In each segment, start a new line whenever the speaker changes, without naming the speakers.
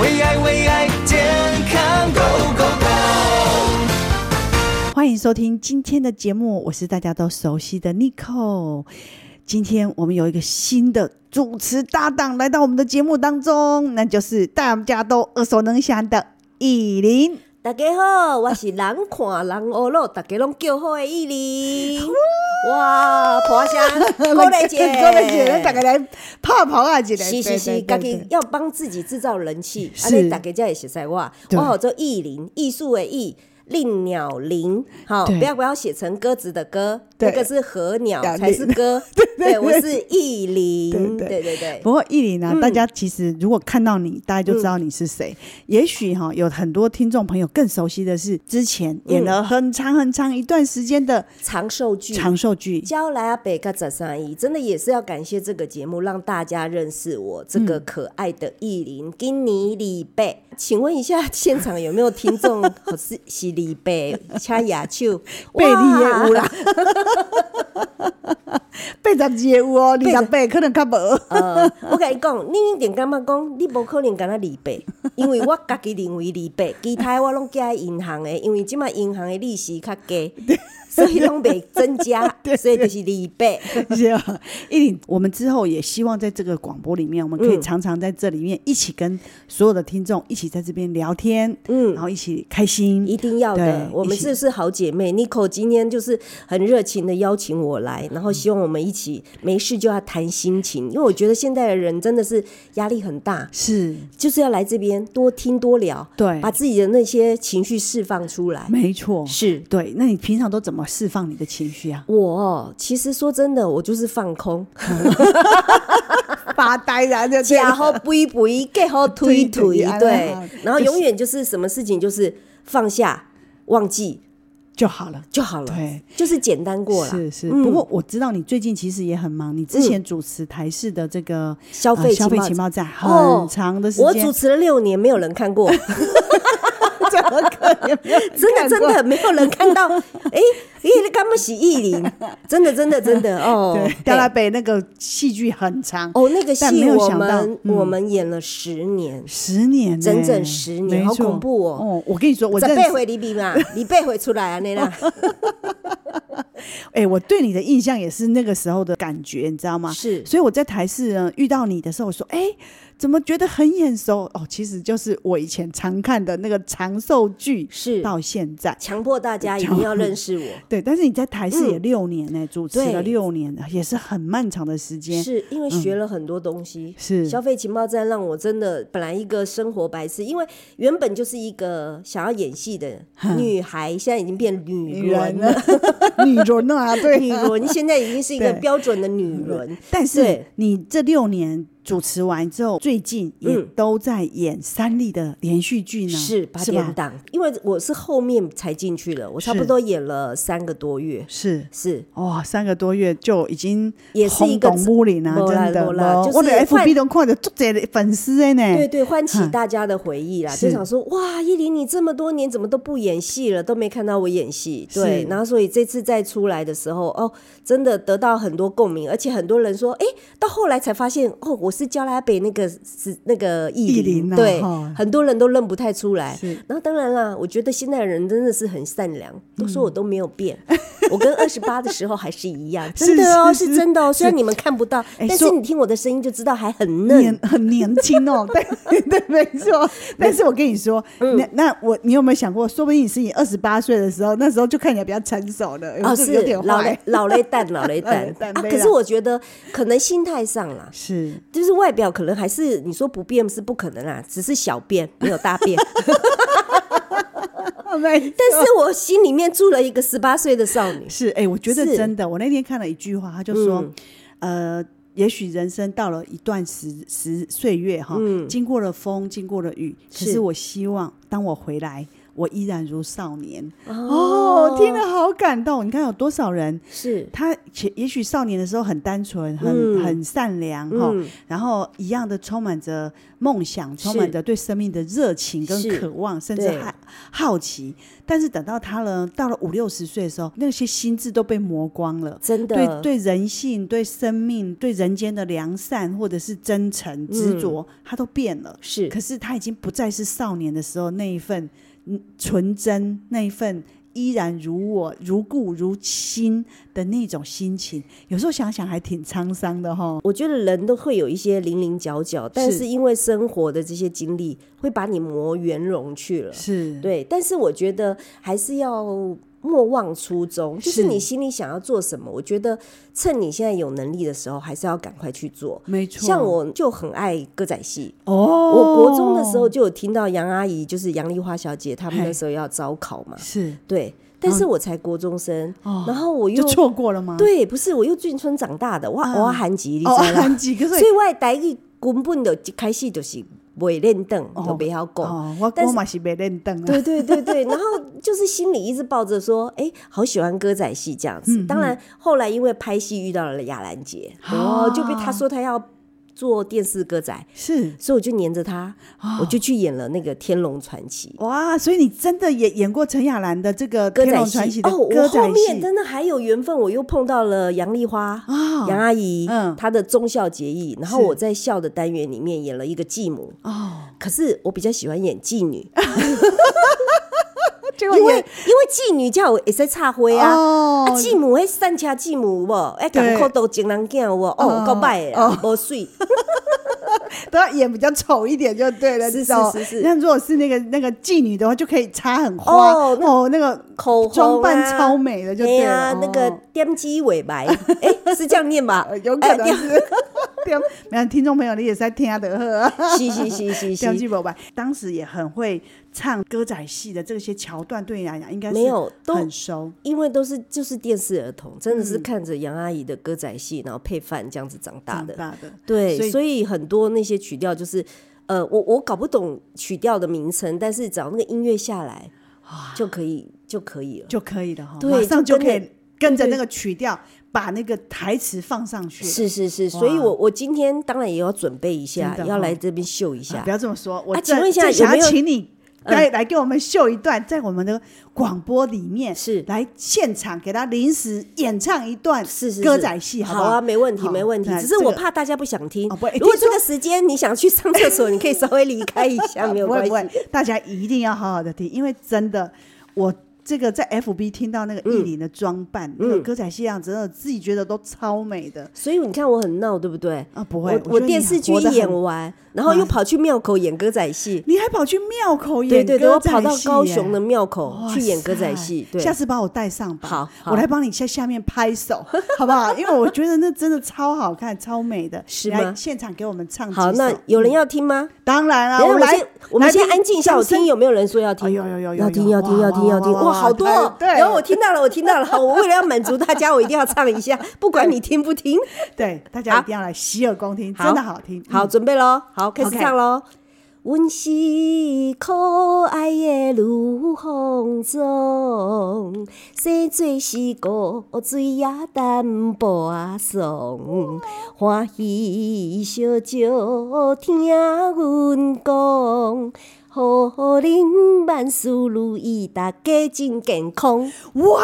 为爱为爱健康 Go Go
欢迎收听今天的节目，我是大家都熟悉的 Nico。今天我们有一个新的主持搭档来到我们的节目当中，那就是大家都耳熟能详的以琳。
大家好，我是人看人学咯，大家拢叫好的依琳。哇，婆声，郭丽姐，嗯
郭丽姐，咱大家来泡泡啊，姐来。
是
对
是
对
是，
对
家己
对
要帮自己制造人气，
是
安尼大家才会识在我。
对
我好做艺林，艺术的艺，令鸟林，好，
对
不要不要写成鸽子的鸽，
对
那个是和鸟
鸟
才是
林
鸽。对，我是艺林，
对对
对对对，
不过意林呢，大家其实如果看到你，大家就知道你是谁。也许哈，有很多听众朋友更熟悉的是之前演了很长很长一段时间的
长寿剧。
长寿剧，
娇来啊北嘎十三姨，真的也是要感谢这个节目，让大家认识我这个可爱的艺林金妮李贝。请问一下，现场有没有听众好是是李贝掐牙手？
贝利
哇
业务啦，贝十业务哦，二十八可能较无。
呃，我甲你讲，你一定感觉讲，你无可能敢若二百， 因为我家己认为二百，其他的我拢寄在银行的，因为即马银行的利息较低， 所以拢袂增加，所以就是二百。
是啊，一定，我们之后也希望在这个广播里面，我们
嗯
可以常常在这里面一起跟所有的听众一起在这边聊天，嗯，然后一起开心，
一定要的
对，
我们
一起
是是好姐妹。Nico 今天就是很热情的邀请我来，然后希望我们一起没事就要谈心情，因为我觉得现在的人真的是压力很大，
是
就是要来这边多听多聊，
对
把自己的那些情绪释放出来。
没错，
是
对。那你平常都怎么释放你的情绪 啊？
我哦其实说真的，我就是放空，
发呆然 就
假好推推，给好推
推
推
推，
对
啊，
然后
就是
永远就是什么事情就是放下、忘记
就好了。
就好了，
对，
就是简单 过了。
是是，
嗯
不过我知道你最近其实也很忙，你之前主持台视的这个
消
呃
费
消费
情
情
报
报站很
哦
长的时
我
间
主，持了六年，没有人 看过，
怎么可能没有人看过？
真的真的没有人看到。哎、咦，你干嘛洗意林？真的真的 真的哦
对，，
对
调拉北那个戏剧很长，
哦，那个
但没
戏
有
我
想到
们、
嗯
我们演了十年，
十年呢，
整整十年
没
好
错
恐怖哦
哦，我跟你说，我
十
认
八
识，
回你比嘛，你八回出来啊 那啦，
哎，我对你的印象也是那个时候的感觉，你知道吗？
是
所以我在台视呢遇到你的时候，我说，哎，怎么觉得很眼熟？哦，其实就是我以前常看的那个长寿剧，
是
到现在。
强迫大家一定要认识我。
对，但是你在台视也六年呢、主持了
嗯对
六年，也是很漫长的时间。
是因为学了很多东
嗯
西，
是
消费情报站让我真的本来一个生活白痴，因为原本就是一个想要演戏的女孩，现在已经变女人了，
呢？ 女人啊，对
女。人现在已经是一个
对嗯
标准的女人，
但是
对
你这六年主持完之后，最近也
嗯
都在演三立的连续剧呢，
是八
是吧
点档，因为我是后面才进去的，我差不
是
多演了三个多月，
是。
是
哇、三个多月就已经
也是一个
红木林啊，
没啦
真的，
没啦
没
就是
我的
换
FB 都看着足侪粉丝的呢。
对对，唤起
嗯
大家的回忆啦，
是
就想说哇，依林你这么多年怎么都不演戏了，都没看到我演戏，
是
对，然后所以这次再出来的时候，哦，真的得到很多共鸣，而且很多人说，哎，到后来才发现，哦，我是焦拉北那个是那个
意
艺
林
林，
啊
对
哈，
很多人都认不太出来
是。
然后当然啦，我觉得现在的人真的是很善良，都说我都没有 变，我跟二十八的时候还是一样，
是
真的哦，
是
是
是
真的哦，虽然你们看不到，
哎
但是
说
你听我的声音就知道还很嫩。
年很年轻哦， 对对，没错。但是我跟你说，
嗯
那那我你有没有想过，说不定你是你二十八岁的时候，那时候就看起来比较成熟了，有
哦，
就是有点
老
坏
雷，老雷蛋，老雷
老雷
蛋
蛋
啊！
没
可是
啦
我觉得可能心态上啦，
是
就是外表可能还是你说不变是不可能啦，只是小变没有大变。
没错，
但是我心里面住了一个十八岁的少 女，
是哎、我觉得
是嗯
真的，我那天看了一句话，他就说，呃，也许人生到了一段时时岁月哈，经过了风，经过了雨，可
嗯是
是我希望当我回来。我依然如少年。哦，听了好感动！你看有多少人，
是
他也也许少年的时候很单纯，很、
嗯
很善良哈、
嗯
然后一样的充满着梦想，充
是
满着对生命的热情跟
是
渴望，甚至
对
好好奇。但是等到他呢，到了五六十岁的时候，那些心智都被磨光了。
真的，
对对人性、对生命、对人间的良善或者是真诚、执着，他都变了。
嗯是
可是他已经不再是少年的时候那一份嗯纯真，那一份依然如我、如故、如新的那种心情。有时候想想还挺沧桑的哈。
我觉得人都会有一些棱棱角角，但是因为生活的这些经历，会把你磨圆融去了。
是，
对，但是我觉得还是要莫忘初衷，就是
是
你心里想要做什么，我觉得趁你现在有能力的时候，还是要赶快去做。
没错。
像我就很爱歌仔戏，
哦，
我国中的时候就有听到杨阿姨，就是杨丽花小姐，他们
嘿
那时候要招考嘛，
是
对。但是我才国中生，
哎嗯哦
然后我又
就错过了吗？
对，不是我又眷村长大的，我
啊
我韩籍，你知
哦，
道吗？
安吉，可
所
是
以我的台语根本就一开始就是袂练凳，
哦
就袂晓讲。
哦，我
但
我
是
嘛是没认凳啊。
对对对对，然后就是心里一直抱着说，哎、好喜欢歌仔戏这样子。
嗯
当然后来因为拍戏遇到了雅兰姐，
啊
哦，就被她说她要做电视歌仔，
是
所以我就黏着她，
啊
我就去演了那个《天龙传奇》。
哇，所以你真的也演过陈雅兰的这个《
歌
天
仔
龙传奇
戏》
的
哦，我
歌
后
仔
面
戏
真的还有缘分，我又碰到了杨丽花
啊
杨阿姨，
嗯
她的忠孝节义，然后
是
我在孝的单元里面演了一个继母，
哦，
可是我比较喜欢演 妓女，
结
因为因为妓女叫我也在插花啊。
哦
啊，继母迄三车继母有无？哎，
对
港口都情人囝有无？
哦
哦，够歹
哦
的，无水。
都要演比较丑一点就对了，
是
至少
是是是
那如果是那个那个妓女的话，就可以擦很花
哦那
哦，那个
口红啊
装扮超美的就
哎
对了。
呀，那个
哦
点击尾白，哎，是这样 念吧
呃？有可能
哎
是，对，没有听众朋友你也是在听他啊的歌。
是是是是
相
是，
机伯伯当时也很会唱歌仔戏的这些桥段，对你来讲应该是
没有都
很熟。
因为都是就是电视儿童，真的是
嗯
看着杨阿姨的歌仔戏，然后配饭这样子长大
长
的。
大的，
对，
所
所
以
很多那些曲调就是，呃，我我搞不懂曲调的名称，但是只要那个音乐下来，就可以就可以了。
就可以了哈，
对
马上就
就
可
跟
以跟着那个曲调把那个台词放上去了。
是是是，所以
哇
我我今天当然也要准备一下
真，的
要
哦
来这边秀一下。
啊不要这么说，我
啊
正
请问一下
正想
有没嗯
要
有
请你来、来给我们秀一段，在我们的广播里面
是
来现场给他临时演唱一段
是是是
歌仔戏，好
好
不好
啊，没问题，
好
没问题
那。
只
这
是我
个
怕大家不想听
哦不会。
如果
听
这 个时间你想去上厕所，你可以稍微离开一下，没有
不会
关
不会
系。，
大家一定要好好的听，因为真的我。这个在 FB 听到
嗯
那个艺林的装扮，那个歌仔戏样，真的自己觉得都超美的
所以你看我很闹，对不对？
啊！不会，
我
觉
我
得
电
你
视剧
活得
一
很
演完，然后
啊
又跑去庙口演歌仔戏。
你还跑去庙口演
对对对，
歌
我
仔
跑到
戏
高
耶
雄的庙口
哇
去演歌仔
塞
戏。对，
下次把我带上吧。
好好
我来帮你在下面拍手， 好不好？因为我觉得那真的超好看、超美的。
是
你来
吗
现场给我们唱几首。
好，那有人要听吗？
当然
等一
了，
下我们
来
先，我们
来
先
宾
安静一下，
掌
我
声
听有没有人说要
哦
听？
有有有有
要听
有
要听要听要听，
哇哇
哇，好多哦！
对对
然后我听到了，我听到了，好，我为了要满足大家，我一定要唱一下，不管你听不听。
对大家一定要来洗耳恭听，
好
真的好听。
好，
嗯，
准备喽，好，开始
OK
唱喽。阮是可爱的女风中，生做是古水也淡薄仔爽，欢喜相招听阮讲，互恁万事如意，大家真健康。
哇，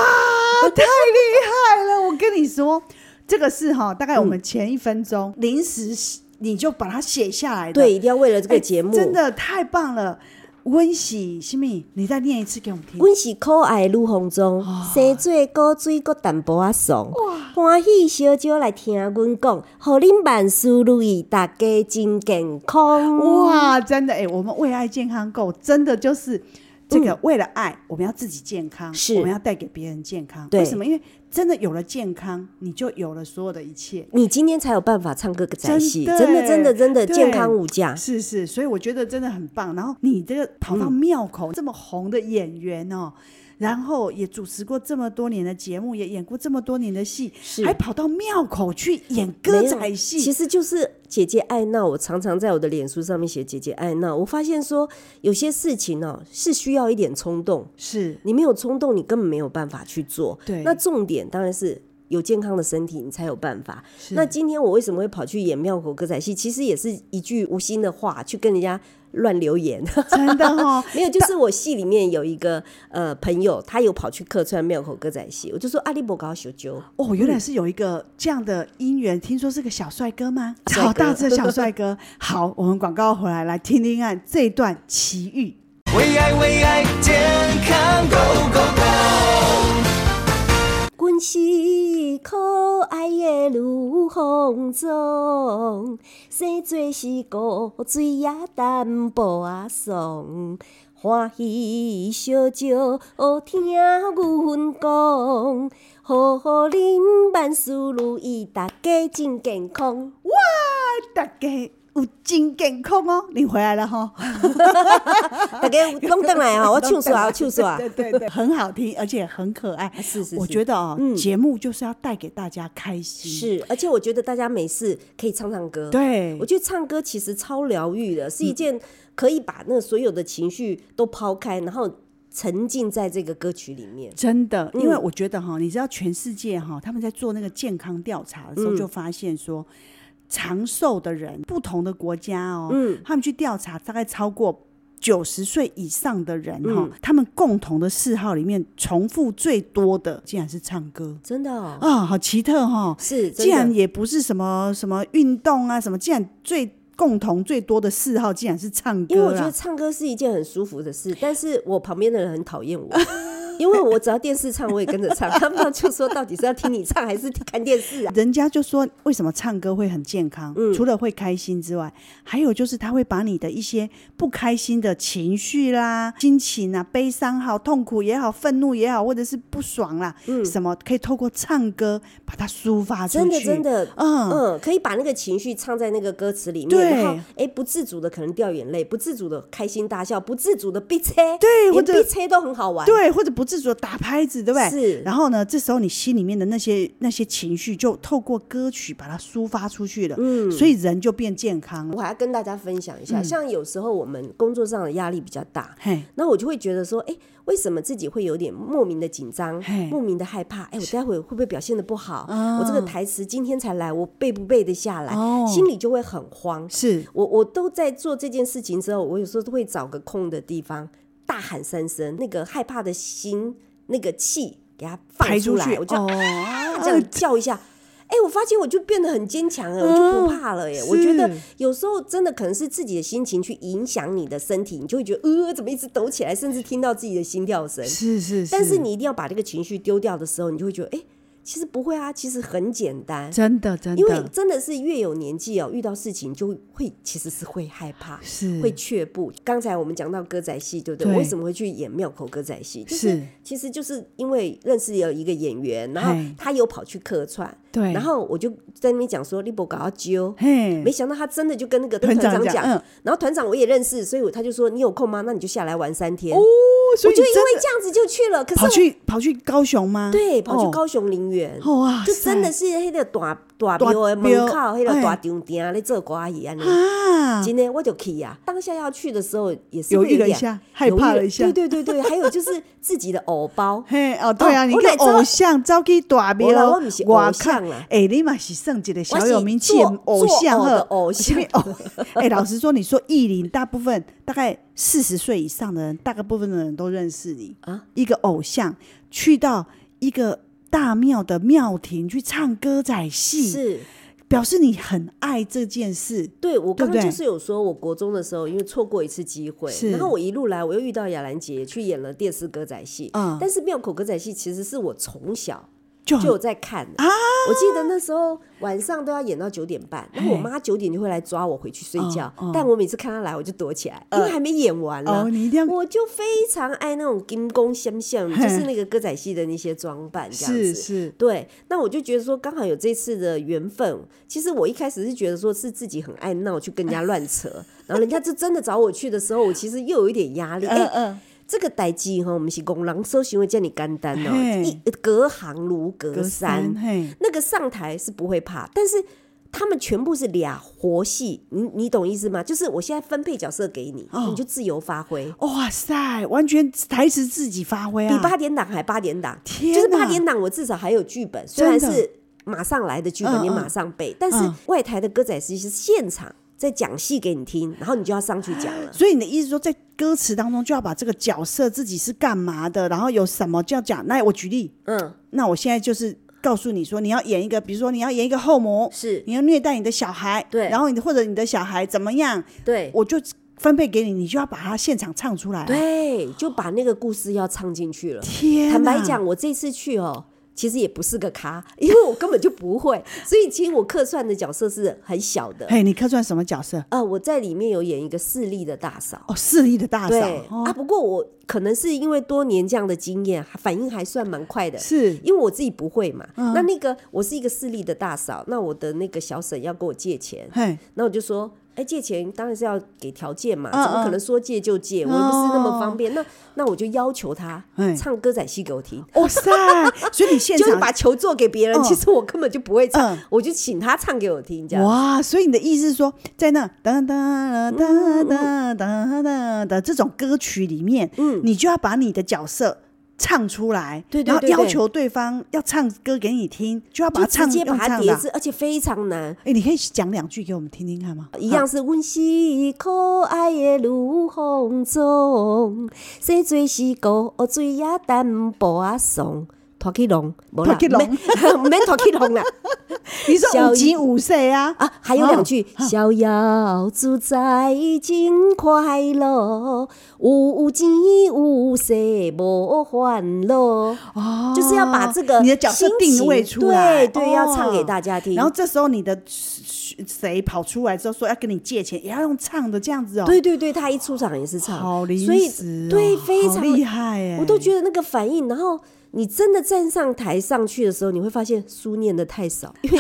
太厉害了！我跟你说，这个是哈，大概
嗯
我们前一分钟临时你就把它写下来的。
对，一定要为了这
哎，
个节目，
真的太棒了。温喜新密，你再念一次给我们听。
阮是可爱女红中，生做古水搁淡薄仔爽，欢喜小招来听阮讲，互恁万事如意，大家真健康。
哇，真的哎、我们为爱健康购，真的就是这个为了爱，我们要自己健康，
嗯是
我们要带给别人健康。
对
为什么？因为真的有了健康，你就有了所有的一切。
你今天才有办法唱歌个仔戏，
真的
真的真的真的
对
健康无价。
是是，所以我觉得真的很棒。然后你这个跑到庙口、这么红的演员哦，然后也主持过这么多年的节目，也演过这么多年的戏，
是
还跑到庙口去演歌
没有
仔戏。
其实就是姐姐爱闹。我常常在我的脸书上面写姐姐爱闹。我发现说有些事情哦、是需要一点冲动，
是
你没有冲动，你根本没有办法去做。
对
那重点当然是。有健康的身体，你才有办法。
是
那今天我为什么会跑去演庙口歌仔戏？其实也是一句无心的话，去跟人家乱留言。
真的哦，
没有， 就是我戏里面有一个呃朋友，他有跑去客串庙口歌仔戏，我就说阿啊力伯搞小揪，
哦，原来
嗯
是有一个这样的姻缘，听说是个小帅哥吗？
帅哥
好大只的小帅哥。 好，我们广告回来来听听看这段奇遇。
为爱为爱健康 Go Go Go，
阮是可爱的女风中，生做是古锥也淡薄仔爽，欢喜小少听阮讲，好好恁万事如意，大家真健康。
大家有真健康哦，你回来了哈、
大家 拢等来哦，我唱出来，我唱出来
对。对对，很好听，而且很可爱。
是是
我
是
觉得哦，
嗯
节目就是要带给大家开心。，
是，而且我觉得大家没事可以唱唱歌。
对
我觉得唱歌其实超疗愈
嗯
的，是一件可以把那所有的情绪都抛开，然后沉浸在这个歌曲里面。
真的，因为
嗯
我觉得哈，你知道全世界哈，他们在做那个健康调查的时候，
嗯
就发现说，长寿的人，不同的国家哦，
嗯
他们去调查，大概超过。九十岁以上的人哈、
嗯
他们共同的嗜好里面重复最多的，竟然是唱歌
真的、哦，
啊、好奇特哈、
是，真
竟
的
哦然也不是什么什么运动啊，什么，竟然最共同最多的嗜好，竟然是唱歌啊
因为我觉
啦
得唱歌是一件很舒服的事，但是我旁边的人很 讨厌我。因为我只要电视唱，我也跟着唱。他们就说，到底是要听你唱还是看电视啊？
人家就说，为什么唱歌会很健康？
嗯
除了会开心之外，还有就是他会把你的一些不开心的情绪啦、心情啊、悲伤好、痛苦也好、愤怒也好，或者是不爽啦，什么可以透过唱歌把它抒发出去。
嗯真的，真，的，
嗯
嗯，可以把那个情绪唱在那个歌词里
对
面，然后哎，不自主的可能掉眼泪，不自主的开心大笑，不自主的逼车，
对
连
或者
逼车都很好玩，
对，或者不自主地打拍子，对不对？
是
然后呢，这时候你心里面的那些那些情绪，就透过歌曲把它抒发出去了。嗯，所以人就变健康了。
我还要跟大家分享一
嗯
下，像有时候我们工作上的压力比较大，
嘿，
那我就会觉得说，哎，为什么自己会有点莫名的紧张
嘿，啊
莫名的害怕？哎，我待会会不会表现的不好？我这个台词今天才来，我背不背得下来？
哦
心里就会很慌。
是
我我都在做这件事情之后，我有时候都会找个空的地方大喊三声，那个害怕的心，那个气给它
排
放
出
来，
去，
我就、啊
哦
这样呃叫一下。哎、我发现我就变得很坚强了，我就不怕了耶！我觉得
嗯是
有时候真的可能是自己的心情去影响你的身体，你就会觉得呃，怎么一直抖起来，甚至听到自己的心跳声。
是是是，
但是你一定要把这个情绪丢掉的时候，你就会觉得哎、其实不会啊，其实很简单。
真的真的，
因为真的是越有年纪哦，遇到事情就会会其实是会害怕，
是
会却步。刚才我们讲到歌仔戏，对不
嗯
对？
对
我为什么会去演庙口歌仔戏？就是
是
其实就是因为认识有一个演员，然后
嘿
他有跑去客串，
对
然后我就在那边讲说，你不搞要揪。
嘿，
没想到他真的就跟那个
团
团
长
长
讲
讲，
嗯
然后团长我也认识，所以我他就说你有空吗？那你就下来玩三天。
哦所
我
以
就
你
因
真
为
的
这样子就去了，可是
跑
我
去跑去高雄吗？
对跑去
哦
高雄陵园，
哦哇塞，
就真的是迄个大大庙的门口，
大
迄
庙
个
哎
大场店咧做歌戏安尼。
啊，
今天我就去啊，当下要去的时候也是
犹
会
豫
有
了一
点
下害怕了一下。
犹豫对对 对对，还有就是自己的偶包
嘿哦，对啊，
哦
你
我
看
哪知道
偶像招去大
没
庙
啦，我不是
外
偶像
口
啦
哎，你嘛是算一个小有名气
我
的
是
偶像
做偶
呵
的偶
什
像
么偶 哎，老实说，你说艺林，大部分大概四十岁以上的人，大概部分的人都认识你
啊。
一个偶像去到一个大庙的庙庭去唱歌仔戏，
是，
表示你很爱这件事。
对我
对
刚
不
刚
对
就是有说，我国中的时候因为错过一次机会
是，
然后我一路来我又遇到雅兰姐，去演了电视歌仔戏
嗯。
但是庙口歌仔戏其实是我从小
就
就有
很
在看
啊
的我记得那时候晚上都要演到九点半，然后我
嘿
妈九点就会来抓我回去睡觉
哦哦，
但我每次看她来我就躲起来，因为还没演完呢
呃哦，。你一定要
我就非常爱那种金工相像，
嘿
就是那个歌仔戏的那些装扮这样
是
子。
是
对，那我就觉得说，刚好有这次的缘分。其实我一开始是觉得说是自己很 爱闹，去跟人家乱扯，然后人家就真的找我去的时候，我其实又有一点压力。哎
嗯，
这个代志吼，毋是戆人所想的这么简单哦、
嘿
一隔行如隔
隔
山
山，嘿，
那个上台是不会怕，但是他们全部是俩活戏，你你懂意思吗？就是我现在分配角色给你，
哦
你就自由发挥。
哇塞，完全台词自己发挥啊，
比八点档还八点档，
天
就是八
哪
点档，我至少还有剧本，虽然
真的
是马上来的剧本，
嗯
你
嗯
马上背，但是
嗯
外台的歌仔戏是现场在讲戏给你听，然后你就要上去讲了。
所以你的意思说，在歌词当中就要把这个角色自己是干嘛的，然后有什么就要讲。那我举例，
嗯，
那我现在就是告诉你说，你要演一个，比如说你要演一个后母，
是
你要虐待你的小孩，
对
然后你或者你的小孩怎么样，
对
我就分配给你，你就要把它现场唱出来、，啊
对，就把那个故事要唱进去了。
天，
坦白，讲，我这次去哦，其实也不是个咖，因为我根本就不会，所以其实我客串的角色是很小的。
嘿，你客串什么角色？
啊，我在里面有演一个势力的大嫂。
哦，势力的大嫂，
对、
哦、
啊，不过我可能是因为多年这样的经验，反应还算蛮快的。
是
因为我自己不会嘛。
嗯
那那个我是一个势力的大嫂，那我的那个小婶要跟我借钱，
嘿，
那我就说。哎，借钱当然是要给条件嘛，
嗯哦
怎么可能说借就借？我又不是那么方便。那那我就要求他
哎
唱歌仔戏给我听，
哇塞，哦啊所以你现
就
场
是把球做给别人。
嗯
其实我根本就不会唱
嗯，
我就请他唱给我听，这样。
哇，所以你的意思是说，在那哒哒哒哒哒哒哒的这种歌曲里面，嗯，你就要把你的角色唱出来，
对对对
然后要
对
求对方要唱歌给你听，就要把
就
它
直
唱
接把
用
它
唱
叠
的啊。
字，而且非常难。
哎，你可以讲两句给我们听听看吗？
一样
好，
是阮是可爱的女风中，洗做是古水也淡薄啊爽，拖去弄，无啦，
拖去弄
免 免拖去弄啦。
你说
小
五级五岁啊？
啊，还有两句，逍遥自在真快乐，有钱有势无烦恼。
哦，
就是要把这个
你的角色
心
定位
情
出来，哦
对对要唱给大家听
然后这时候你的谁跑出来之后说要跟你借钱，也要用唱的这样子哦。
对对对，他一出场也是唱，
好临
所以
时哦、
对非
好
常
厉害哎、
我都觉得那个反应，然后你真的站上台上去的时候，你会发现书念的太少，因为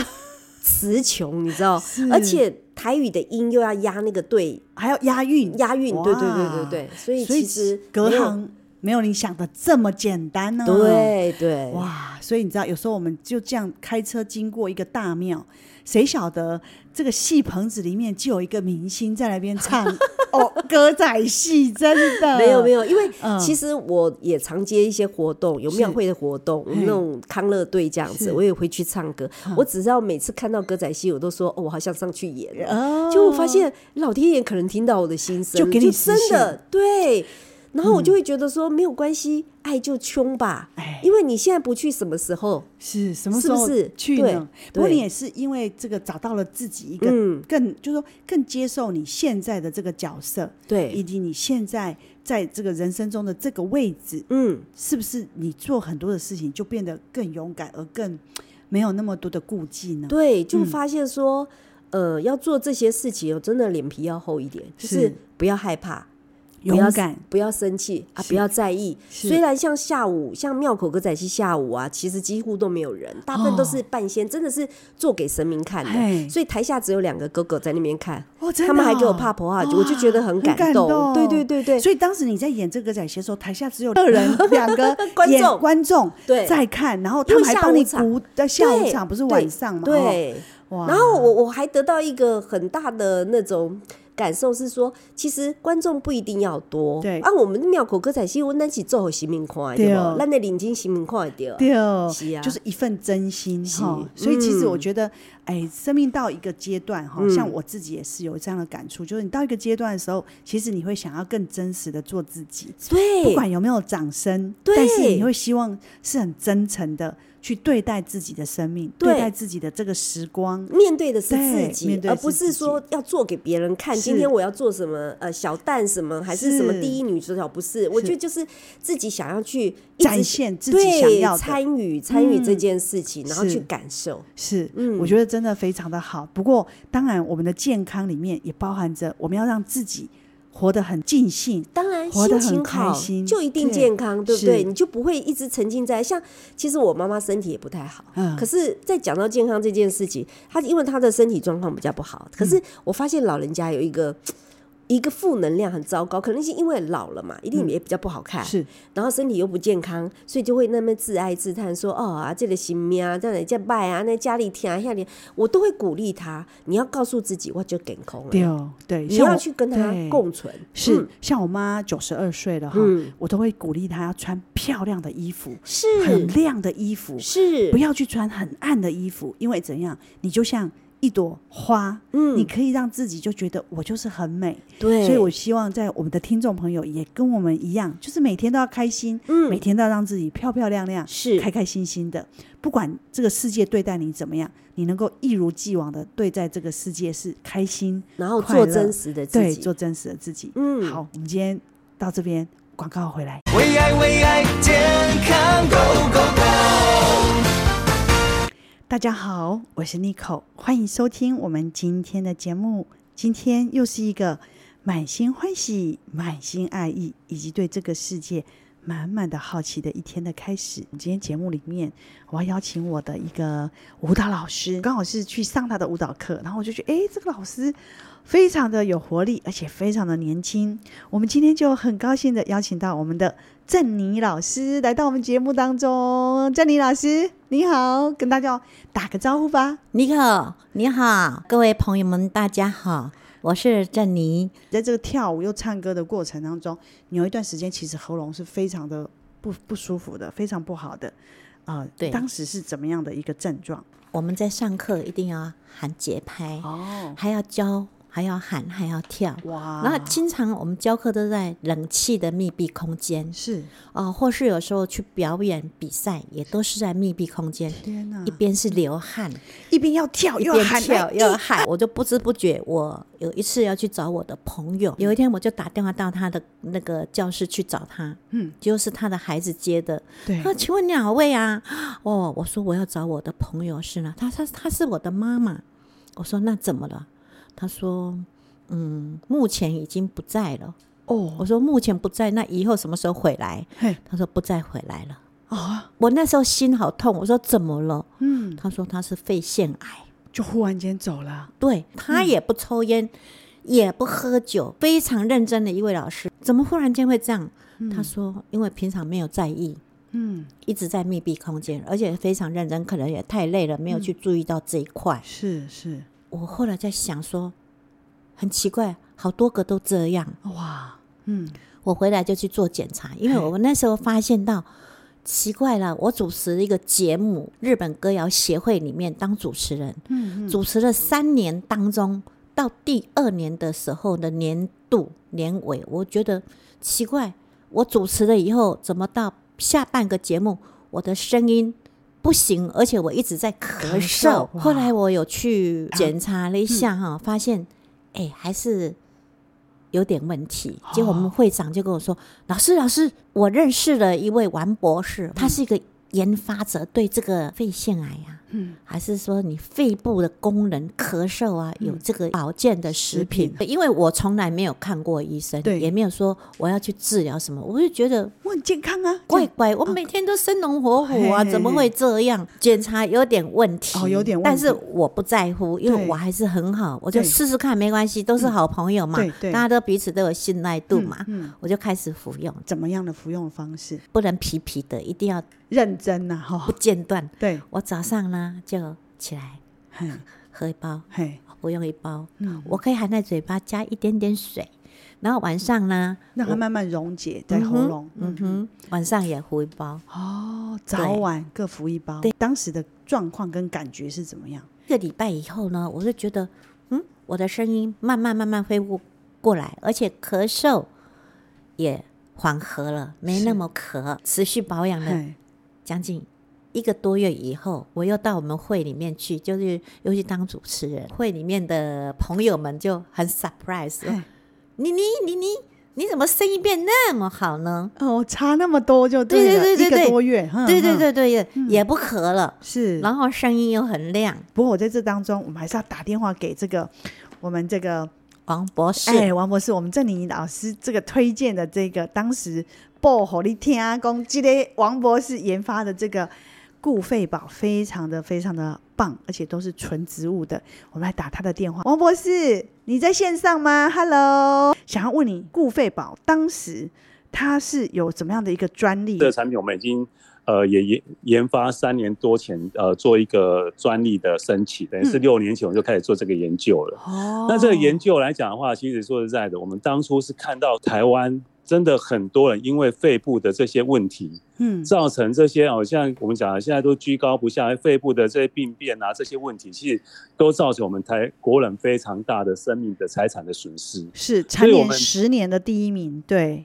词穷，你知道，而且台语的音又要压那个对
还要押韵，
押韵，对对对对
哇
对，所以
所以
其实
隔
没有，
行没有你想的这么简单呢、，
对对，
嗯哇，所以你知道，有时候我们就这样开车经过一个大庙，谁晓得这个戏棚子里面就有一个明星在那边 唱哦歌仔戏，真的
没有没有，因为
嗯
其实我也常接一些活动，有
是
庙会的活动，我们
嘿
那种康乐队这样子，
是嗯
我也会去唱歌。我只要每次看到歌仔戏，我都说哦，我好想上去演
哦
哦。就我发现老天爷可能听到我的心声，
就给你
真
实现
的对。然后我就会觉得说没有关系，爱就冲吧
哎，
因为你现在不去，什么时候？
是什么
是
时
不
候
是
去
对
呢？不过
对
你也是因为这个找到了自己一个
嗯
更，就是说更接受你现在的这个角色，
对
以及你现在在这个人生中的这个位置，
嗯，
是不是你做很多的事情就变得更勇敢，而更没有那么多的顾忌呢？
对，就发现说，呃，要做这些事情，真的脸皮要厚一点，就是
是
不要害怕，不
勇
要
敢，
不要生气啊，不要在意。
是
虽然像下午，像庙口歌仔戏下午啊，其实几乎都没有人，大部分都是半仙，真的是做给神明看
哦嘿
的，所以台下只有两个哥哥在那边看。
哦，真的
他们还给我
哦
怕婆啊，
哇
我就觉得很
很感动
对对对对，
所以当时你在演这个歌仔戏的时候，台下只有二人 两个
观众
演观众
对
在看，然后他们还帮你鼓，在下午
对
场不是
对
晚上吗？
对。
哦，哇
然后我我还得到一个很大的那种感受是说，其实观众不一定要多，
对
啊，我们庙口歌仔戏，我咱是做好新民看的，
对
对
哦
不？咱的领巾新民看的对。
对哦
是啊
就是一份真心
是
哈。所以其实
嗯
我觉得，哎，生命到一个阶段哈，
嗯
像我自己也是有这样的感触，就是你到一个阶段的时候，其实你会想要更真实的做自己，
对，
不管有没有掌声，
对
但是你会希望是很真诚的去对待自己的生命，
对
对待自己的这个时光。
面对的是
对
自己
面，对
而
是
不是
自己
说要做给别人看。
是
今天我要做什么？呃，小蛋什么，还是什么
是
第一女主角？不是，我觉得就是自己想要去一直
展现自己想要
对
的嗯
参与参与这件事情，然后
是
去感受。
是，
嗯
我觉得真的非常的好。不过，当然我们的健康里面也包含着我们要让自己活得很尽兴。
当然，
活得
心
很
情
开
好
心
就一定
对
健康，对不
是
对？你就不会一直沉浸在像，其实我妈妈身体也不太好，
嗯
可是，在讲到健康这
嗯
件事情，她因为她的身体状况比较不好，可是我发现老人家有一个。一个负能量很糟糕，可能是因为老了嘛，一定也比较不好看，
嗯是，
然后身体又不健康，所以就会那么自哀自叹说：“哦啊，这个行命啊，这里这拜啊，那家里听啊，下里我都会鼓励他。你要告诉自己，我就健康
对
了，
哦，对，
你
像
要
我
去跟他
对
共存。
是
嗯，
像我妈九十二岁了哈
嗯，
我都会鼓励她要穿漂亮的衣服，很
是
亮的衣服，
嗯是，
不要去穿很暗的衣服，因为怎样，你就像一朵花，
嗯
你可以让自己就觉得我就是很美。
对，
所以我希望在我们的听众朋友也跟我们一样，就是每天都要开心，
嗯
每天都要让自己漂漂亮亮，
是
开开心心的。不管这个世界对待你怎么样，你能够一如既往的对待这个世界是开心，
然后
快
做
乐
真实的自
对，
己。
做真实的自己。
嗯
好，我们今天到这边，广告回来。
为爱为爱健康 Go Go Go，
大家好，我是 n i c o 欢迎收听我们今天的节目。今天又是一个满心欢喜、满心爱意，以及对这个世界满满的好奇的一天的开始。今天节目里面，我要邀请我的一个舞蹈老师，刚好是去上他的舞蹈课，然后我就觉得，哎，这个老师非常的有活力，而且非常的年轻。我们今天就很高兴的邀请到我们的郑妮老师来到我们节目当中。郑妮老师，你好，跟大家打个招呼吧。
尼克，你好，各位朋友们，大家好，我是郑妮。
在这个跳舞又唱歌的过程当中，你有一段时间其实喉咙是非常的不不舒服的，非常不好的。啊、
对
当时是怎么样的一个症状？
我们在上课一定要喊节拍，
哦，
还要教，还要喊，还要跳。
哇，
然后经常我们教课都在冷气的密闭空间，
是
哦，或是有时候去表演比赛，也都是在密闭空间，
天哪
一，边是流汗，
一边要跳
一
又
边
喊
跳
哎
又喊，我就不知不觉，我有一次要去找我的朋友，
嗯
有一天我就打电话到他的那个教室去找他，
嗯，
就是他的孩子接的，
对
他说：“请问哪位啊？”哦，我说我要找我的朋友是呢，他他他是我的妈妈。我说那怎么了？他说：“嗯，目前已经不在了。”
哦
我说：“目前不在，那以后什么时候回来
嘿？”
他说：“不再回来了。
啊，”
我那时候心好痛，我说：“怎么了
嗯？”，
他说：“他是肺腺癌。”
就忽然间走了，
对他也不抽烟，也不喝酒，非常认真的一位老师，怎么忽然间会这样？他说，因为平常没有在意，
嗯，
一直在密闭空间，而且非常认真，可能也太累了，没有去注意到这一块。
是是，
我后来在想说，很奇怪，好多个都这样。
哇，嗯，
我回来就去做检查，因为
嘿
我那时候发现到。奇怪了，我主持一个节目，日本歌谣协会里面当主持人，
嗯嗯
主持了三年当中，到第二年的时候的年度年尾，我觉得奇怪，我主持了以后，怎么到下半个节目，我的声音不行，而且我一直在咳
咳
嗽
嗽。哇嗯
后来我有去检查了一下哈、发现哎还是。有点问题，
哦
结果我们会长就跟我说：“老师，老师，我认识了一位王博士，他是一个研发者，对这个肺腺癌啊，
嗯，
还是说你肺部的功能咳嗽啊，有这个保健的食
嗯食
品？因为我从来没有看过医生，
对
也没有说我要去治疗什么，我就觉得
我很健康啊，
怪怪，我每天都生龙活虎啊，
嘿
怎么会这样？检查有点问题，
哦有点问题
但是我不在乎，因为
对
我还是很好，我就
对嗯
试试看，没关系，都是好朋友嘛
对，对
大家都彼此都有信赖度嘛，
嗯嗯
我就开始服用，
怎么样的服用方式？
不能皮皮的，一定
哦
要
认真呐、哈、
不间断。
对，
我早上呢就起来
嘿，
喝一包，
嘿，
不用一包，
嗯
我可以含在嘴巴加一点点水，然后晚上呢，
让它慢慢溶解在喉咙。
嗯哼，晚上也敷一包。
哦，早晚各服一包。对，当时的状况跟感觉是怎么样？
一个礼拜以后呢，我就觉得，嗯，我的声音慢慢慢慢恢复过来，而且咳嗽也缓和了，没那么咳。持续保养了
嘿，
将近一个多月以后，我又到我们会里面去，就是又去当主持人。会里面的朋友们就很 surprise，说
嘿
妮妮妮妮，你怎么声音变那么好呢？
哦，差那么多就了，
对对对对
一
对
个多月。哼
对对，
哼
对对，也也不咳了，
是。
然后声音又很亮。
不过我在这当中，我们还是要打电话给这个我们这个
王博士，
哎，王博士，我们郑林老师这个推荐的这个，当时报火力天啊公，这个王博士研发的这个固肺宝，非常的非常的棒，而且都是纯植物的。我们来打他的电话，王博士，你在线上吗？Hello，想要问你固肺宝当时它是有怎么样的一个专利
这？个产品我们已经呃也研研发三年多前，呃做一个专利的申请，等于是
嗯
六年前我就开始做这个研究了。
哦
那这个研究来讲的话，其实说实在的，我们当初是看到台湾真的很多人因为肺部的这些问题，
嗯
造成这些好像我们讲的现在都居高不下，肺部的这些病变啊这些问题，其实都造成我们台国人非常大的生命的财产的损失。
是蝉
所以我
联
们
十年的第一名，对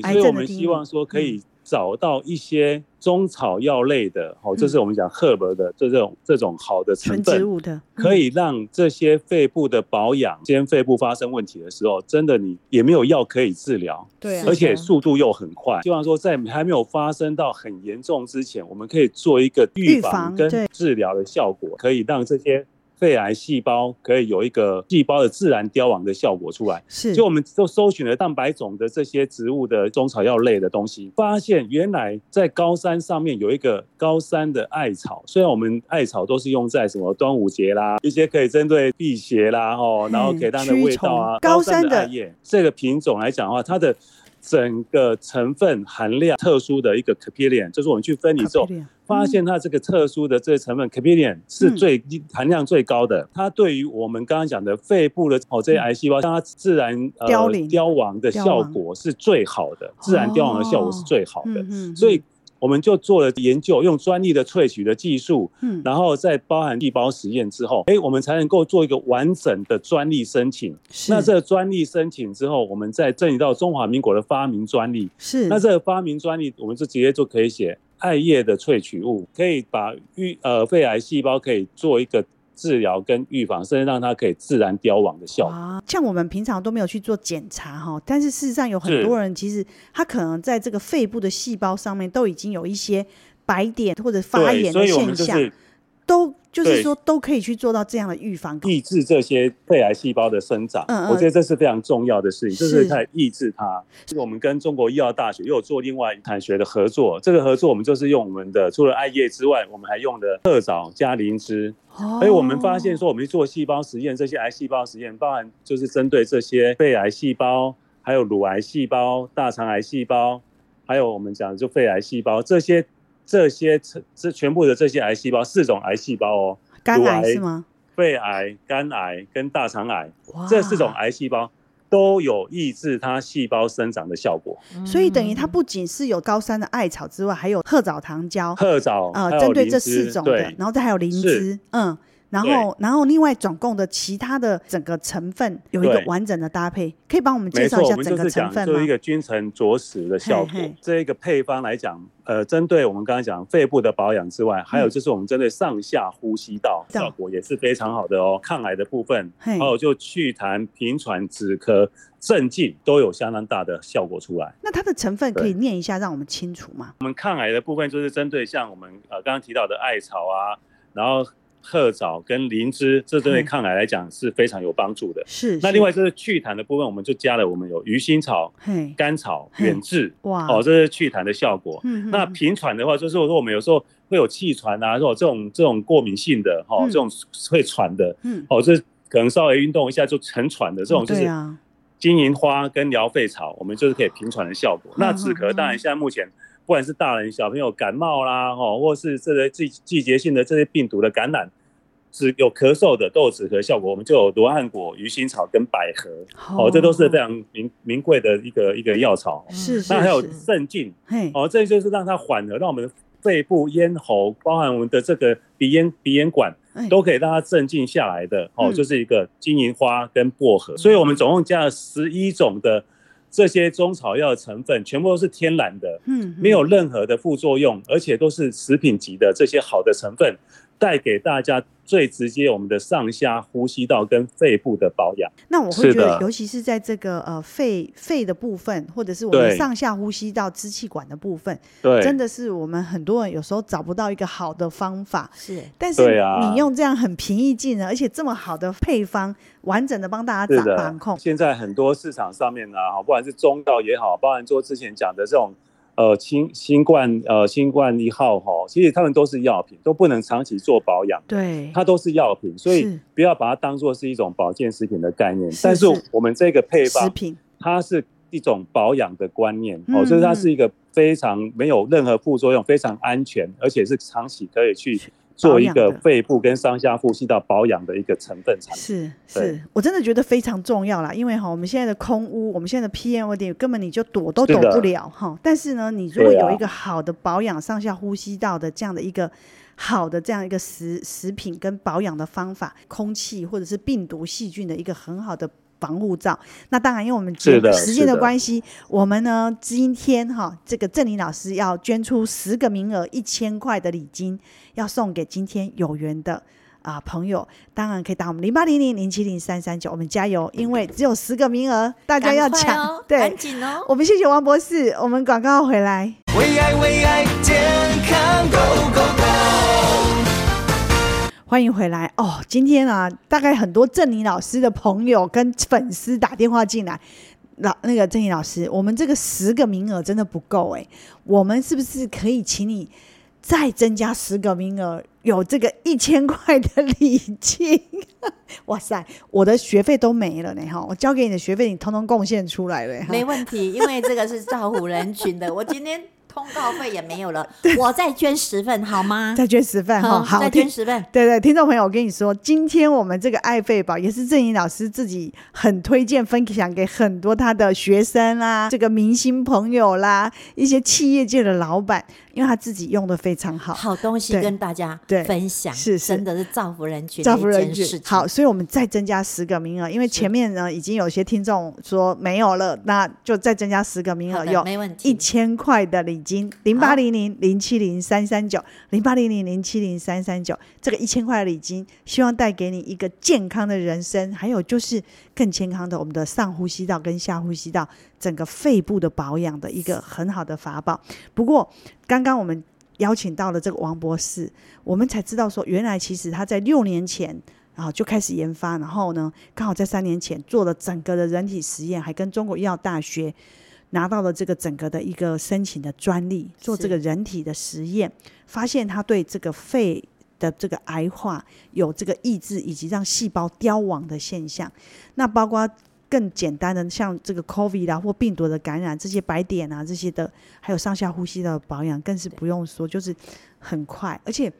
嗯
所
癌
以我
症的
们
第一
希望
名。嗯
说可以找到一些中草药类
嗯
的，哦，这是我们讲 herb 的这种这种好的成
纯植
分，
物嗯的
可以让这些肺部的保养，今天肺部发生问题的时候，真的你也没有药可以治疗，
对啊
而且速度又很快。希望说在还没有发生到很严重之前，我们可以做一个
预
预
防
防跟
对
治疗的效果，可以让这些肺癌细胞可以有一个细胞的自然凋亡的效果出来。
是
就我们就搜寻了蛋白种的这些植物的中草药类的东西，发现原来在高山上面有一个高山的艾草。虽然我们艾草都是用在什么端午节啦，一些可以针对辟邪啦，哦，然后给它的味道啊，
嗯驱虫高山
山
的
艾叶这个品种来讲的话，它的。整个成分含量特殊的一个 capillin，就是我们去分离之后，
Capillin
发现它这个特殊的这个成分 capillin 是最
嗯
含量最高的，它对于我们刚刚讲的肺部的哦这些癌细胞，让它自然
嗯
呃
凋零哦
凋亡的效果是最好的，自然凋亡的效果是最好的，
嗯嗯，
所以。我们就做了研究，用专利的萃取的技术，
嗯
然后再包含细胞实验之后，哎，我们才能够做一个完整的专利申请。
是
那这个专利申请之后，我们再赠予到中华民国的发明专利，
是
那这个发明专利，我们就直接就可以写艾叶的萃取物，可以把预呃肺癌细胞可以做一个治疗跟预防，甚至让它可以自然凋亡的效果。
啊，像我们平常都没有去做检查哈，但是事实上有很
是
多人其实他可能在这个肺部的细胞上面都已经有一些白点或者发
对，
炎
所
的
以我
现
们就
象，
是
都就是
对
说都可以去做到这样的预防。
抑制这些肺癌细胞的生长，
嗯嗯
我觉得这是非常重要的事情，
是
就是在抑制它。这个我们跟中国医药大学又有做另外一产学的合作，这个合作我们就是用我们的除了艾叶之外，我们还用的褐藻加灵芝，
哦
所哎以我们发现说，我们去做细胞实验，这些癌细胞实验，包含就是针对这些肺癌细胞，还有乳癌细胞、大肠癌细胞，还有我们讲的就肺癌细胞这些。这些这全部的这些癌细胞，四种癌细胞哦，
肝
乳
癌
癌
是吗？
肺癌、肝癌跟大肠癌
哇
这四种癌细胞都有抑制它细胞生长的效果。
嗯
所以等于它不仅是有高山的艾草之外，还有褐藻糖胶，
褐藻
呃
哦还，有
针对
灵
这
芝
四种的
对，
然后再还有灵
是
芝，嗯，然后然后另外总共的其他的整个成分有一个
对
完整的搭配，可以帮我们介
没
绍
错，
一下
我们
整
就
个
是
成
讲
分
做
吗
一？个均层着实的效果。
嘿嘿
这一个配方来讲，呃，针对我们刚才讲肺部的保养之外，还
嗯
有就是我们针对上下呼吸道
这样
效果也是非常好的哦，抗癌的部分，
嘿
还有就祛痰、平喘、止咳、镇静都有相当大的效果出来。
那它的成分可
对
以念一下，让我们清楚吗？
我们抗癌的部分就是针对像我们呃刚刚提到的艾草啊，然后褐藻跟灵芝，这对
嗯
抗癌来讲是非常有帮助的。
是。
那
是
另外就是祛痰的部分，我们就加了我们有鱼腥草、
嘿，
甘草、
嘿
远志，
哇
哦，这是祛痰的效果。
嗯
那
嗯
平喘的话，就是说我们有时候会有气喘啊，或者这种这种过敏性的，哦，
嗯
这种会喘的，
嗯，
哦，这可能稍微运动一下就很喘的，这种就
对
是
啊
金银花跟疗肺草，我们就是可以平喘的效果。那止
嗯
咳，
嗯
当然现在目前不管是大人小朋友感冒啦，哦，或是这个季季节性的这些病毒的感染。止有咳嗽的都有止咳效果，我们就有罗汉果、鱼腥草跟百合，哦，这都是非常名名贵的一个一个药草。
是是
那还有
是
镇静，
嘿，
哦，这就是让它缓和，让我们的肺部、咽喉，包含我们的这个鼻咽、鼻咽管，
哎
都可以让它镇静下来的。哦，
嗯
就是一个金银花跟薄荷，所以我们总共加了十一种的这些中草药的成分，全部都是天然的，
嗯嗯
没有任何的副作用，而且都是食品级的这些好的成分，带给大家最直接我们的上下呼吸道跟肺部的保养。
那我会
是
觉得，
的
尤其是在这个呃肺肺的部分，或者是我们
对
上下呼吸道支气管的部分，
对，
真的是我们很多人有时候找不到一个好的方法。
是
但是
对啊
你用这样很平易近人，而且这么好的配方，完整的帮大家
是
掌
的，
掌控，
现在很多市场上面啊，不管是中药也好，包含说之前讲的这种呃新新冠呃新冠一号哈，其实他们都是药品，都不能长期做保养。
对，
它都是药品，所
是
以不要把它当做是一种保健食品的概念。
是
但是
是
我们这个配
食
方，
品
它是一种保养的观念，
嗯
哦，就是它
嗯
是一个非常没有任何副作用、非常安全，而且是长期可以去做一
保养
个
的
肺部跟上下呼吸道保养的一个成分产品。
是
对
是，我真的觉得非常重要啦，因为哈，我们现在的空污，我们现在的 PM 二点根本你就躲都
是
躲
的
不了哈。但是呢，你如果
对啊
有一个好的保养上下呼吸道的这样的一个好的这样一个食食品跟保养的方法，空气或者是病毒细菌的一个很好的。防护罩，那当然，因为我们节
是的
时间
是
的
的
关系，我们呢今天哈，这个郑林老师要捐出十个名额，一千块的礼金，要送给今天有缘的啊、朋友，当然可以打我们零八零零零七零三三九，我们加油，因为只有十个名额，大家要
嗯赶快
抢。
哦
对
赶，紧哦。
我们谢谢王博士，我们广告回来。
为爱为爱健康 Go Go Go，
欢迎回来哦！今天啊，大概很多郑妮老师的朋友跟粉丝打电话进来，老那个郑妮老师，我们这个十个名额真的不够哎，我们是不是可以请你再增加十个名额，有这个一千块的礼金？哇塞，我的学费都没了呢哈！我交给你的学费，你通通贡献出来了哈。
没问题，因为这个是照顾人群的。我今天通告费也没有 了，我再捐十份好吗？
再捐十份哈， 好，
再
听
捐十份。
对对，听众朋友，我跟你说，今天我们这个爱费宝也是郑颖老师自己很推荐分享给很多他的学生啊啦、这个明星朋友啦、一些企业界的老板，因为他自己用的非常好。
好东西
对
跟大家
对
分享，
是是
真的是造福人群，
造福人
事
群
情。，
好，所以我们再增加十个名额，因为前面呢已经有些听众说没有了，那就再增加十个名
好
额，
的
有
没问
一
题。
千块的礼金，零八零零零七零三三九，零八零零零七零三三九，这个一千块的礼金，希望带给你一个健康的人生，还有就是更健康的我们的上呼吸道跟下呼吸道整个肺部的保养的一个很好的法宝。不过，刚刚我们邀请到了这个王博士，我们才知道说，原来其实他在六年前。然后就开始研发，然后呢，刚好在三年前做了整个的人体实验，还跟中国医药大学拿到了这个整个的一个申请的专利，做这
是
个人体的实验，发现它对这个肺的这个癌化有这个抑制，以及让细胞凋亡的现象。那包括更简单的，像这个 COVID 啊或病毒的感染，这些白点啊这些的，还有上下呼吸道的保养，更是不用说，就是很快，而且。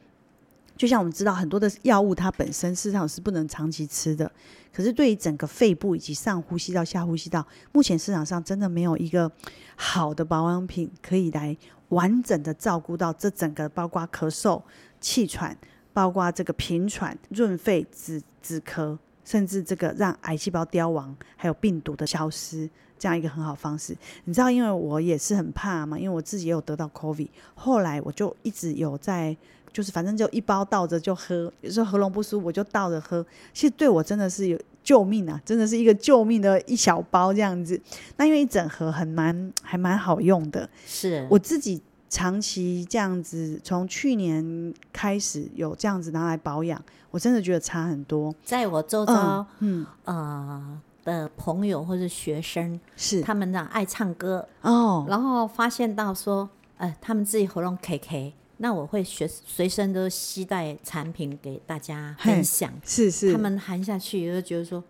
就像我们知道，很多的药物它本身事实上是不能长期吃的，可是对于整个肺部以及上呼吸道、下呼吸道，目前市场上真的没有一个好的保养品可以来完整的照顾到这整个，包括咳嗽、气喘，包括这个频喘、润肺、止止咳，甚至这个让癌细胞凋亡，还有病毒的消失，这样一个很好方式。你知道，因为我也是很怕嘛，因为我自己也有得到 COVID，后来我就一直有在。就是反正就一包倒着就喝，有时候喉咙不舒服我就倒着喝。其实对我真的是有救命啊，真的是一个救命的一小包这样子。那因为一整盒很蛮还蛮好用的，
是
我自己长期这样子，从去年开始有这样子拿来保养，我真的觉得差很多。
在我周遭、
嗯，
呃的朋友或是学生，
是
他们呢爱唱歌，
哦，
然后发现到说，呃，他们自己喉咙 KK，那我会随随身都携带产品给大家
嘿
分享。
是是，
他们含下去，就觉得说，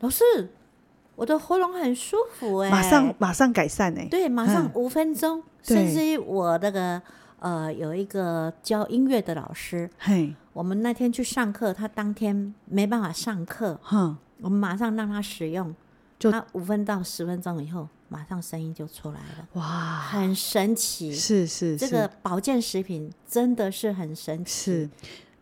老师，我的喉咙很舒服哎、
马上马上改善哎、
对，马上
嗯
五分钟，
对
甚至于我那个呃有一个教音乐的老师，
嘿，
我们那天去上课，他当天没办法上课，
哼，
我们马上让他使用，
就
他五分到十分钟以后，马上声音就出来了，
哇，
很神奇。
是是是，
这个保健食品真的是很神奇，
是，嗯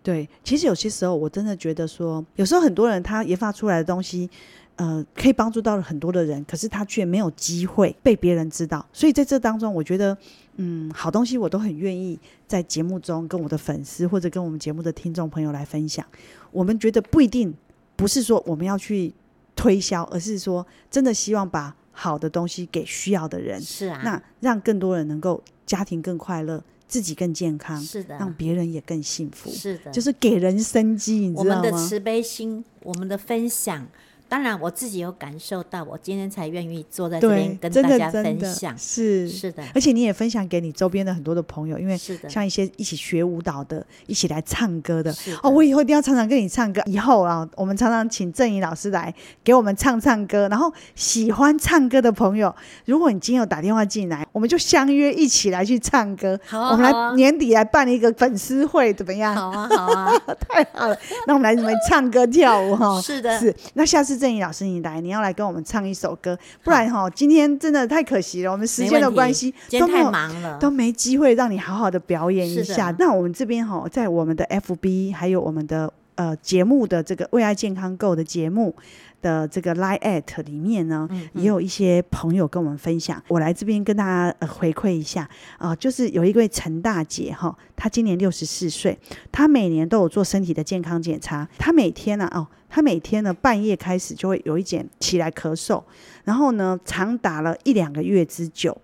对。其实有些时候，我真的觉得说，有时候很多人他研发出来的东西，呃，可以帮助到很多的人，可是他却没有机会被别人知道。所以在这当中，我觉得，嗯，好东西我都很愿意在节目中跟我的粉丝或者跟我们节目的听众朋友来分享。我们觉得不一定不是说我们要去推销，而是说真的希望把好的东西给需要的人，
是啊，
那让更多人能够家庭更快乐，自己更健康。
是的，
啊让别人也更幸福，
是的，
就是给人生机，你
我
知道
们的
吗？
慈悲心，我们的分享，当然我自己有感受到，我今天才愿意坐在这边
对，
跟
真
大
的
家
真
分
的
享。
是
是的
而且你也分享给你周边的很多的朋友，因为
是的
像一些一起学舞蹈的，一起来唱歌的
是的
哦，我以后一定要常常跟你唱歌。以后啊，我们常常请郑怡老师来给我们唱唱歌。然后喜欢唱歌的朋友，如果你今天有打电话进来，我们就相约一起来去唱歌。
好啊
我们来
好啊
年底来办一个粉丝会，怎么样？
好啊，好啊，
太好了，那我们来你们唱歌跳舞哈。
是的
是。那下次郑怡老师你来，你要来跟我们唱一首歌，不然哈，今天真的太可惜了，我们 时
没
间的
问题
关系
今
都
天
没
太
有。
忙了，
都没机会让你好好的表演一
是的
下。那我们这边哈，在我们的 FB 还有我们的呃节目的这个为爱健康 Go 的节目的这个 Line at 里面呢，也有一些朋友跟我们分享。我来这边跟大家、呃、回馈一下啊、就是有一位陈大姐哈，她今年六十四岁，她每年都有做身体的健康检查，她每天呢、哦。她每天呢，半夜开始就会有一点起来咳嗽，然后呢，长达了一两个月之久。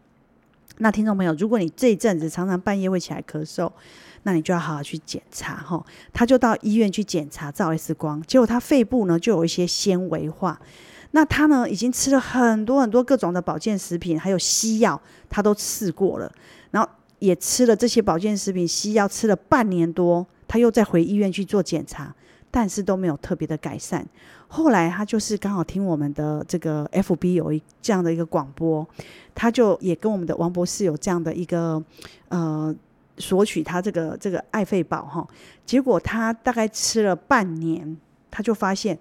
那听众朋友，如果你这一阵子常常半夜会起来咳嗽，那你就要好好去检查哈。他就到医院去检查照 X 光，结果他肺部呢就有一些纤维化。那他呢已经吃了很多很多各种的保健食品，还有西药，他都试过了，然后也吃了这些保健食品、西药，吃了半年多，他又再回医院去做检查，但是都没有特别的改善。后来他就是刚好听我们的这个 FB 有一这样的一个广播，他就也跟我们的王博士有这样的一个呃索取他这个这个爱肺宝哈，结果他大概吃了半年，他就发现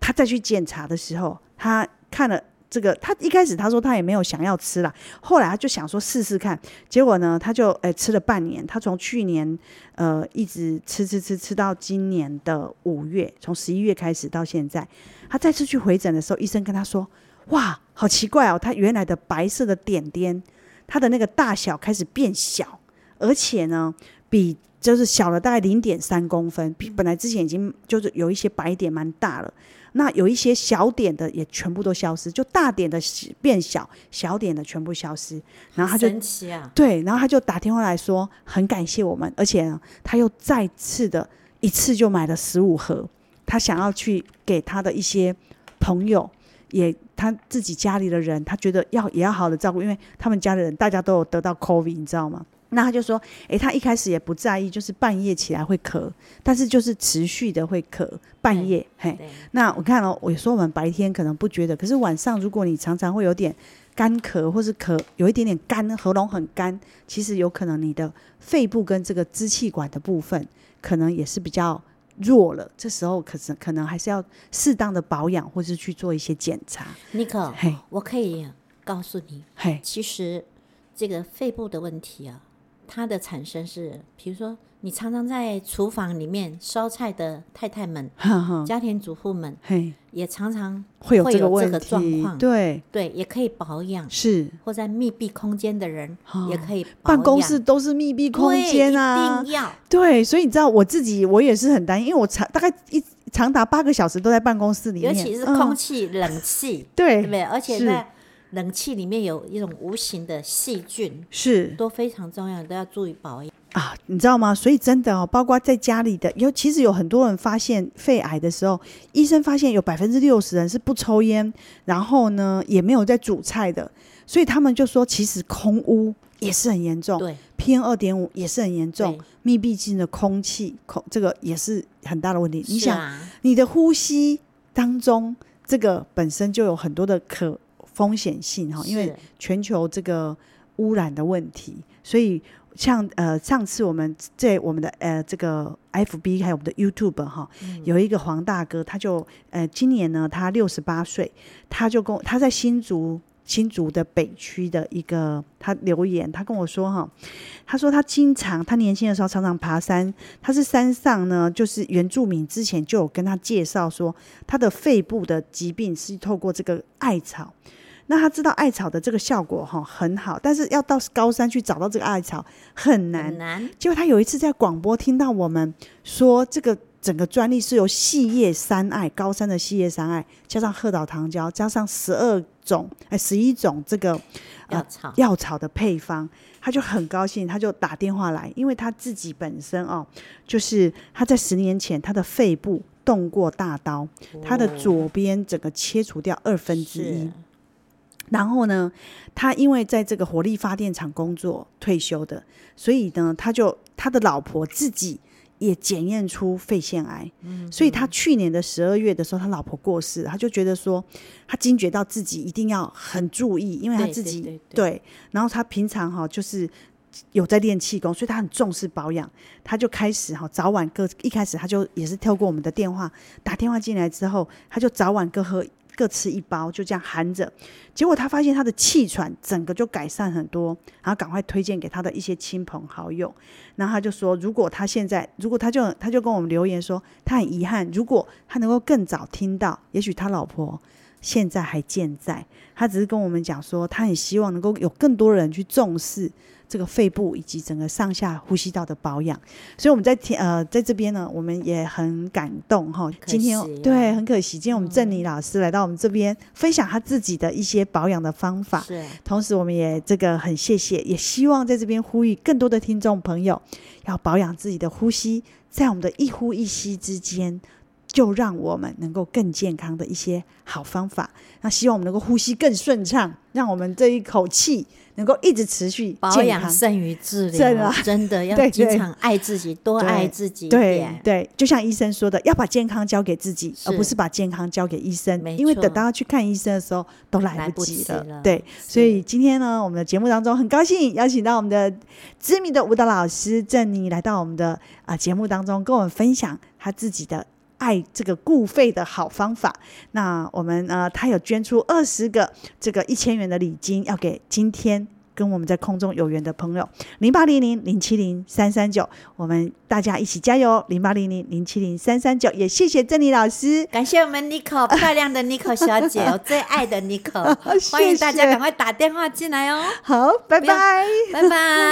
他再去检查的时候，他看了。这个他一开始他说他也没有想要吃啦，后来他就想说试试看，结果呢他就诶、吃了半年，他从去年呃一直吃吃吃吃到今年的五月，从十一月开始到现在，他再次去回诊的时候，医生跟他说：“哇，好奇怪哦，他原来的白色的点点，它的那个大小开始变小，而且呢，比就是小了大概零点三公分，比本来之前已经就是有一些白点蛮大了。”那有一些小点的也全部都消失，就大点的变小，小点的全部消失，然后他就
神奇啊！
对，然后他就打电话来说很感谢我们，而且呢他又再次的一次就买了十五盒，他想要去给他的一些朋友，也他自己家里的人，他觉得要也要好好的照顾，因为他们家的人大家都有得到 COVID，你知道吗？那他就说，诶，他一开始也不在意，就是半夜起来会咳，但是就是持续的会咳，半夜，嘿，
对，
那我看哦，我有时候我们白天可能不觉得，可是晚上如果你常常会有点干咳，或是咳有一点点干，喉咙很干，其实有可能你的肺部跟这个支气管的部分可能也是比较弱了。这时候可是可能还是要适当的保养，或是去做一些检查。
尼克
嘿，
我可以告诉你，
嘿，
其实这个肺部的问题啊，它的产生是，比如说你常常在厨房里面烧菜的太太们、
哈哈，
家庭主妇们，
嘿，
也常常
会有这个
这
问
个状
题，
况，
对，
对，也可以保养，
是
或在密闭空间的人
哦
也可以保养
办公室都是密闭空间啊，
对一定要
对，所以你知道我自己，我也是很担心，因为我长大概一长达八个小时都在办公室里
尤
面，
其是空
嗯、
气、冷气，
对
对不对？而且
是
在冷气里面有一种无形的细菌，
是
都非常重要，都要注意保养。
啊，你知道吗？所以真的哦，包括在家里的，有其实有很多人发现肺癌的时候，医生发现有百分之六十人是不抽烟，然后呢也没有在煮菜的，所以他们就说，其实空污也是很严重，
对，
，PM 二点五也是很严重
对，
密闭性的空气空这个也是很大的问题。你
是
想，
啊，
你的呼吸当中，这个本身就有很多的可风险性哈，因为
是
全球这个污染的问题，所以像呃上次我们在我们的呃这个 FB 还有我们的 YouTube 哈，有一个黄大哥，他就呃今年呢他六十八岁，他就跟我他在新竹。新竹的北区的一个，他留言，他跟我说哈，他说他经常，他年轻的时候常常爬山，他是山上呢，就是原住民之前就有跟他介绍说，他的肺部的疾病是透过这个艾草。那他知道艾草的这个效果哈很好，但是要到高山去找到这个艾草很难。
很难，
结果他有一次在广播听到我们说，这个整个专利是由细叶山艾、高山的细叶山艾，加上褐岛糖胶，加上十二种、哎十一种这个呃
药草
药草的配方，他就很高兴，他就打电话来，因为他自己本身哦，就是他在十年前他的肺部动过大刀，他的左边整个切除掉二分之一。
是
然后呢，他因为在这个火力发电厂工作退休的，所以呢，他就他的老婆自己也检验出肺腺癌，
嗯
所以他去年的十二月的时候，他老婆过世，他就觉得说，他惊觉到自己一定要很注意，因为他
对
自
对
己
对对
然后他平常哈、就是。有在练气功，所以他很重视保养。他就开始哈，早晚各一开始他就也是透过我们的电话打电话进来之后，他就早晚各喝各吃一包，就这样含着。结果他发现他的气喘整个就改善很多，然后赶快推荐给他的一些亲朋好友。然后他就说，如果他现在，如果他就他就跟我们留言说，他很遗憾，如果他能够更早听到，也许他老婆现在还健在。他只是跟我们讲说，他很希望能够有更多人去重视这个肺部以及整个上下呼吸道的保养。所以我们在听呃，在这边呢，我们也很感动哈。今天
可惜啊
对，很可惜，今天我们郑妮老师来到我们这边分享他自己的一些保养的方法。
是
同时，我们也这个很谢谢，也希望在这边呼吁更多的听众朋友，要保养自己的呼吸，在我们的一呼一吸之间，就让我们能够更健康的一些好方法。那希望我们能够呼吸更顺畅，让我们这一口气能够一直持续
保
健
养
康
胜于治
真的
疗
啊，
真的
对
要
对
经常爱自己，多
对
爱自己一
对
点。
对，就像医生说的，要把健康交给自己，
是
而不是把健康交给医生
没，
因为
错
等到去看医生的时候都来
来
不
不
及
及
了。
了
对，
是
所以今天呢，我们的节目当中很高兴邀请到我们的呃知名的舞蹈老师郑妮来到我们的啊、呃节目当中，跟我们分享她自己的。爱这个固肺的好方法，那我们呃，她有捐出二十个这个一千元的礼金，要给今天跟我们在空中有缘的朋友。零八零零零七零三三九，我们大家一起加油！零八零零零七零三三九，也谢谢郑丽老师。
感谢我们 Nico 漂亮的 Nico 小姐，我最爱的 Nico，欢迎大
啊谢谢
家赶快打电话进来哦，
好，拜
不要
拜。
拜拜。